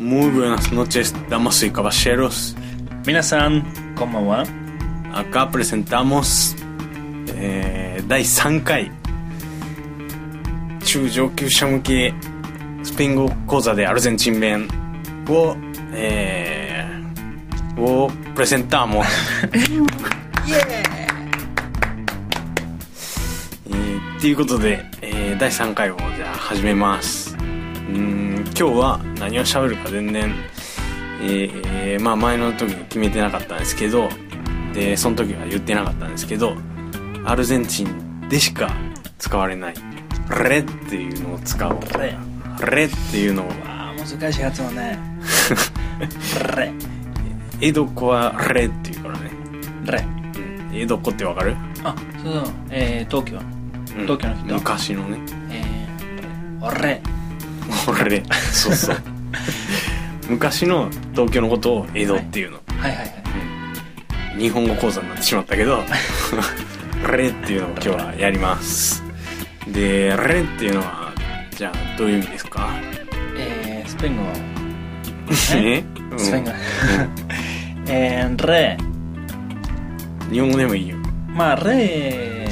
Muy buenas noches, damas y caballeros. Minasan, ¿cómo va? Acá presentamos eh第3回中上級者向けスペイン語講座でアルゼンチン弁を、えー、をプレゼンターもえーっていうことで、えー第3回をじゃあ始めますうーん今日は何を喋るか全然、えーまあ前の時に決めてなかったんですけどでその時は言ってなかったんですけどアルゼンチンでしか使われない「レ」っていうのを使おう「レレ」っていうのをあー難しい発音ねレ江戸っ子は「レ」っていうからね、レうん、江戸っ子ってわかる、あそうそうえー、東京うん東京の人昔のね えー、レ「レ」そうそう昔の東京のことを江戸っていうの、はいはいはい日本語講座になってしまったけど 「レ」っていうのを今日はやりますで「レ」っていうのはじゃあどういう意味ですか、えー、スペイン語はねうんスペイン語えー、レ日本語でもいいよまあレ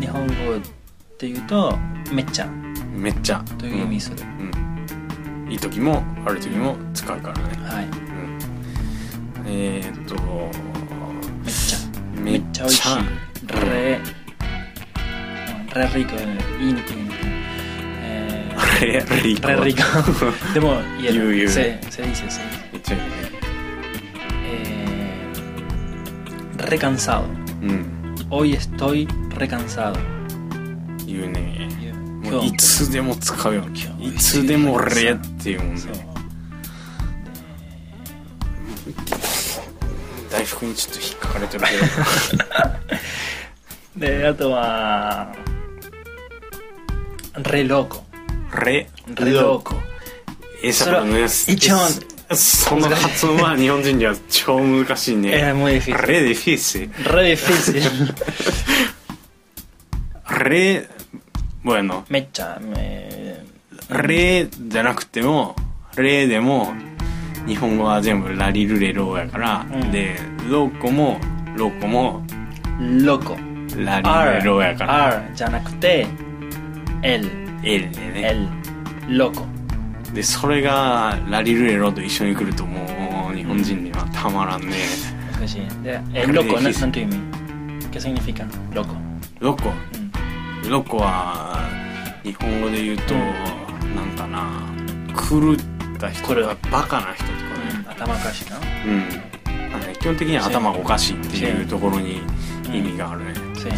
日本語っていうとめっちゃめっちゃという意味する、うんいい時も悪い時も使うからね、はいうん、えー、っとめっちゃめめっっちちゃゃ美味しい。re re rico, in, in, eh, レリコ re rico. でも言え言う言うる。se, se dice, se dice. めっちゃいいね Eh, recansado. うん Hoy estoy recansado. 言うねも今うい日。つでも使うよ今日もいつでもレっていうもんねそう大福にちょっと引っかかれてるで、あとは、re loco. け どレ re loco. エサのやつそれ一応その発音は日本人には超難しい Es ね muy difícil. レディフィス Re difícil. レ bueno めっちゃ、えレじゃなくても、レでも、日本語は全部ラリルレローやから、うんで、ロコも、ロコも、ー、loco. ラリル R, レローやから、 R じゃなくて L L でね。 L loco で、それが、ラリルレローと一緒に来るともう、日本人にはたまらんね。難しいで Re El loco no, difícil. no tu imi ¿Qué significa? loco ロコ、 Mm. ロコは、日本語で言うと、なんかな、狂った人と狂か、バカな人とかね。頭おかしいなうん。あのね基本的には頭がおかしいっていうところに意味があるね。 Sí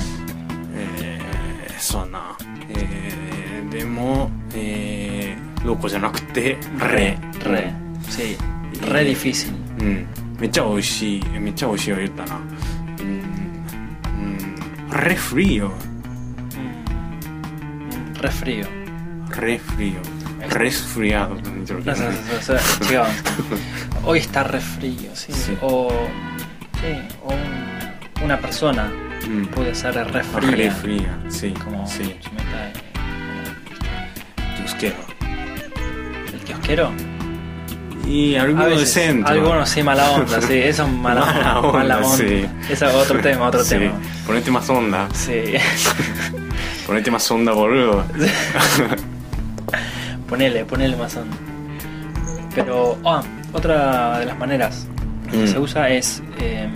えー、そうやな、えー、でも、えー、ロコじゃなくてレ Re Sí Re difícil うんめっちゃ美味しいめっちゃ美味しいよ言ったなうん、うん、レフリーよ Mm. Re frío レフリ ¿Eh? ーよレスフリアードって似てるけ No ど sé, ね no sé, sigamos. Hoy está re frío sí. Sí. O sí, o un- una persona うん puede ser re レ fría フリアsí como sí se meta, eh, tus quiero el kiosquero y A alguno de veces, centro Algunos sí, mala onda, sí, eso es mala, Mala onda. Mala onda, onda. sí. Eso es otro tema, otro sí. tema. ponete más onda Sí. ponete más onda boludo ponele, ponele más onda. Pero, ah, otra de las maneras que Mm. se usa es, eh,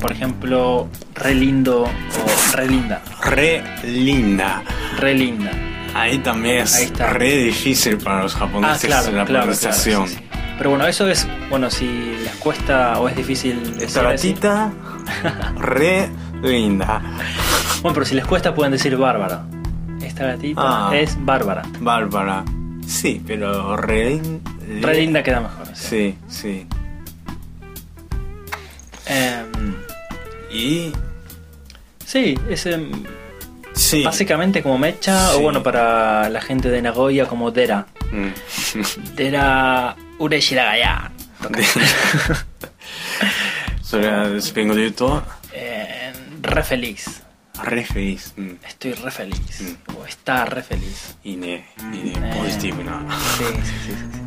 por ejemplo, re lindo o re linda. re linda Re linda. Ahí también es Ahí está. re difícil para los Ah, japoneses claro, la claro, claro, sí, pronunciación. sí. Pero bueno, eso es, bueno, si les cuesta o es difícil decir así. Taratita, re linda. Bueno, pero si les cuesta pueden decir bárbara. Esta gatita Ah. es bárbara. Bárbara. Sí, pero re, lin- Re linda queda mejor. o sea. Sí, sí. Em, Y. sí, es em, Sí. básicamente como mecha, Sí. o bueno, para la gente de Nagoya como Dera. Mm. Dera Ureshiragaya. Sobre supongo de todo, Em, re feliz. re feliz. Mm. Estoy re feliz. O está re feliz. Y ne, y Eh. positivo, ¿no? Sí, sí, sí. sí, sí.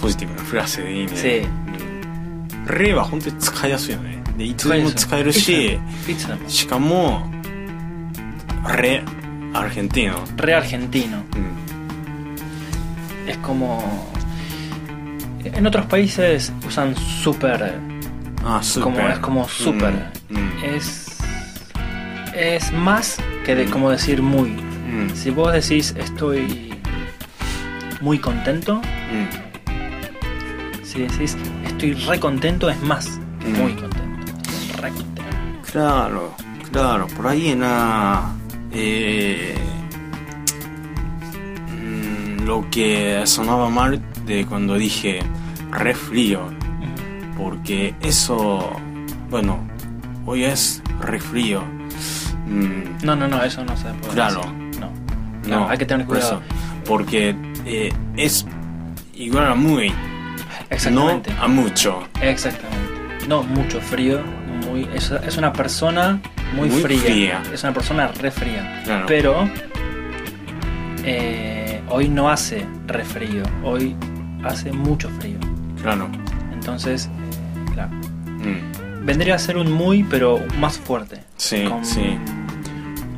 ポジティブなフラセでいいね Sí. うん例は本当に使いやすいよねでいつでも使えるし Pizza. Pizza. しかもレアルヘンティーノ Re argentino. うん Es como. En otros países usan super. あスーパ Como, ー es como super. うんうん Es. Es más que de como decir muy. うん Si vos decís estoy muy contento, うん si decís estoy re contento, es más que Mm. muy contento. Estoy Re contento. Claro, claro, por ahí en la... eh, mm, lo que sonaba mal de cuando dije re frío, Ujú. porque eso, bueno, hoy es re frío. Mm, No, no, no, eso no se puede Claro. decir. No. no, hay que tener por eso, cuidado. porque eh, es igual a muy, no Exactamente. a mucho. Exactamente. No, mucho frío. Muy, es, es una persona muy, Muy fría. fría. Es una persona re fría. Claro, Pero eh, hoy no hace re frío. Hoy hace mucho frío. claro. Entonces, claro, mm, vendría a ser un muy, pero más fuerte. sí, Con sí.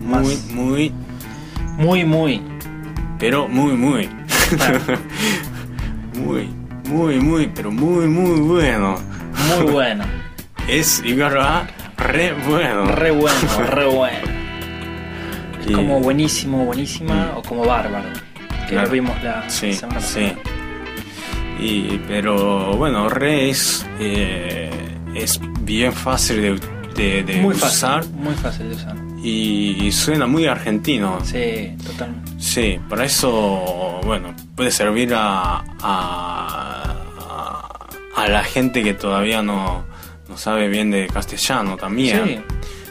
más- Muy, muy, Muy, muy. pero muy, muy. claro, Muy, muy, muy, pero muy, muy bueno. muy bueno. Es igual a re bueno. Re bueno, re bueno. Es Y- como buenísimo, buenísima, Mm. o como bárbaro. Que Claro. lo vimos la Sí, semana sí. pasada. Y, pero bueno, re es, eh, es bien fácil de, de- de Muy fácil. usar Muy fácil de usar. y, y suena muy argentino. Sí, totalmente. Sí, para eso, bueno, puede servir a, a, a la gente que todavía no, no sabe bien de castellano también. Sí.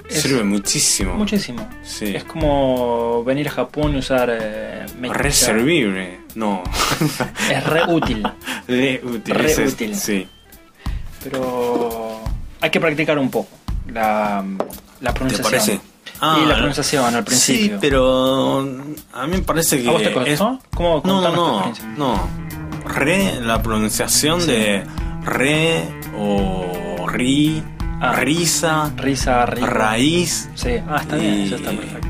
Es Sirve muchísimo. Muchísimo. Sí. Es como venir a Japón y usar. eh, mecha. Reservible, no. Es re útil. Re útil. Re ese es- útil. Sí. Pero hay que practicar un poco la, la ¿Te pronunciación. parece? Ah, y la pronunciación sí, al principio. pero a mí me parece que. ¿A vos te costó? es- ¿Cómo No, contanos tu no, no. experiencia? no. Re, la pronunciación Sí. de re o ri, Ah. risa, Risa, risa. raíz. Sí, ah, está bien, Y- eso está perfecto.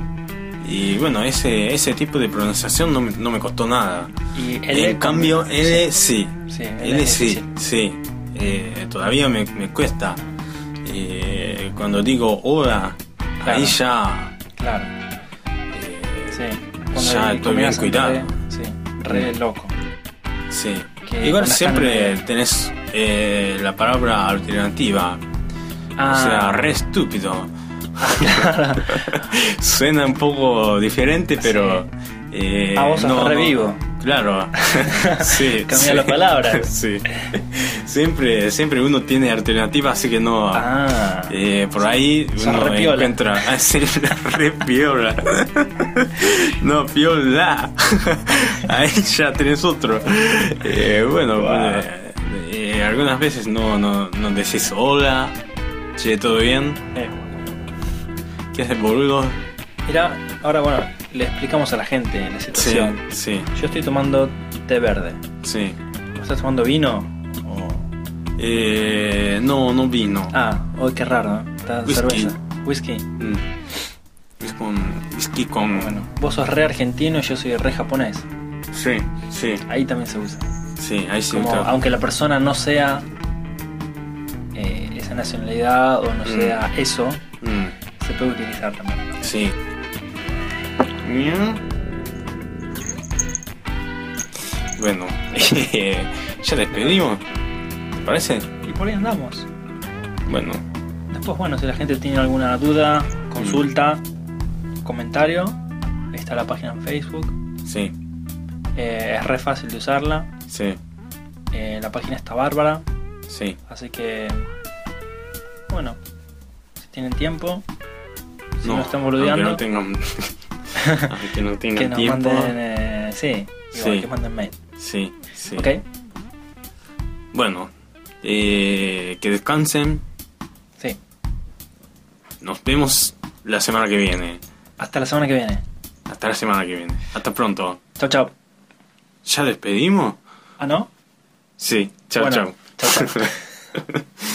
Y bueno, ese, ese tipo de pronunciación no me, no me costó nada. Y en cambio, L sí. E Sí, L L es sí, difícil. sí. Eh, todavía me, me cuesta. Eh, cuando digo hola, Claro. ahí ya. Claro, eh, sí. Ya le estoy bien combinas entre cuidado. Mm. Sí, re loco. sí. Que Igual con las siempre canas- tenés eh, la palabra alternativa. Ah, O sea, re estúpido. Suena un poco diferente, pero. eh, Ah, vos sos re vivo. Claro. sí. Cambia sí. la palabra. sí. Siempre, siempre uno tiene alternativa, así que no. ah. Eh, por ahí Son uno repiola. encuentra ah, sí, re piola. no, piola. ahí ya tenés otro. Eh, bueno, Guau. eh, eh, algunas veces no, no, no decís hola, che, ¿todo bien? Eh, ¿Qué haces, boludo? Mira, ahora bueno, le explicamos a la gente la Sí, situación. sí, Yo estoy tomando té verde. sí. ¿Vos estás tomando vino? O- Eh, no, no vino. Ah, hoy qué raro, ¿no? Está Whisky. cerveza. Whisky. Mm. Es con whisky con... Bueno, vos sos re argentino y yo soy re japonés. Sí, sí, Ahí también se usa. sí, ahí sí. Como, está. aunque la persona no sea eh, esa nacionalidad o no Mm. sea eso, Mm. se puede utilizar también. Sí. Bien. Bueno, ya despedimos. ¿Te parece? Y por ahí andamos. Bueno, Después, bueno, si la gente tiene alguna duda, consulta, comentario, ahí está la página en Facebook. sí, Eh, es re fácil de usarla. sí, Eh, la página está bárbara. sí. Así que, bueno, si tienen tiempo, si no, están aunque boludeando, no tengan, aunque no tengan que nos tiempo. manden, eh, sí, igual Sí. que manden mail. Sí, sí. ¿Ok? Bueno, eh, que descansen. Sí. Nos vemos la semana que viene. Hasta la semana que viene. Hasta la semana que viene. Hasta pronto. Chao, chao. ¿Ya despedimos? ¿Ah, no? Sí, chao, Bueno, chao. chao, chao.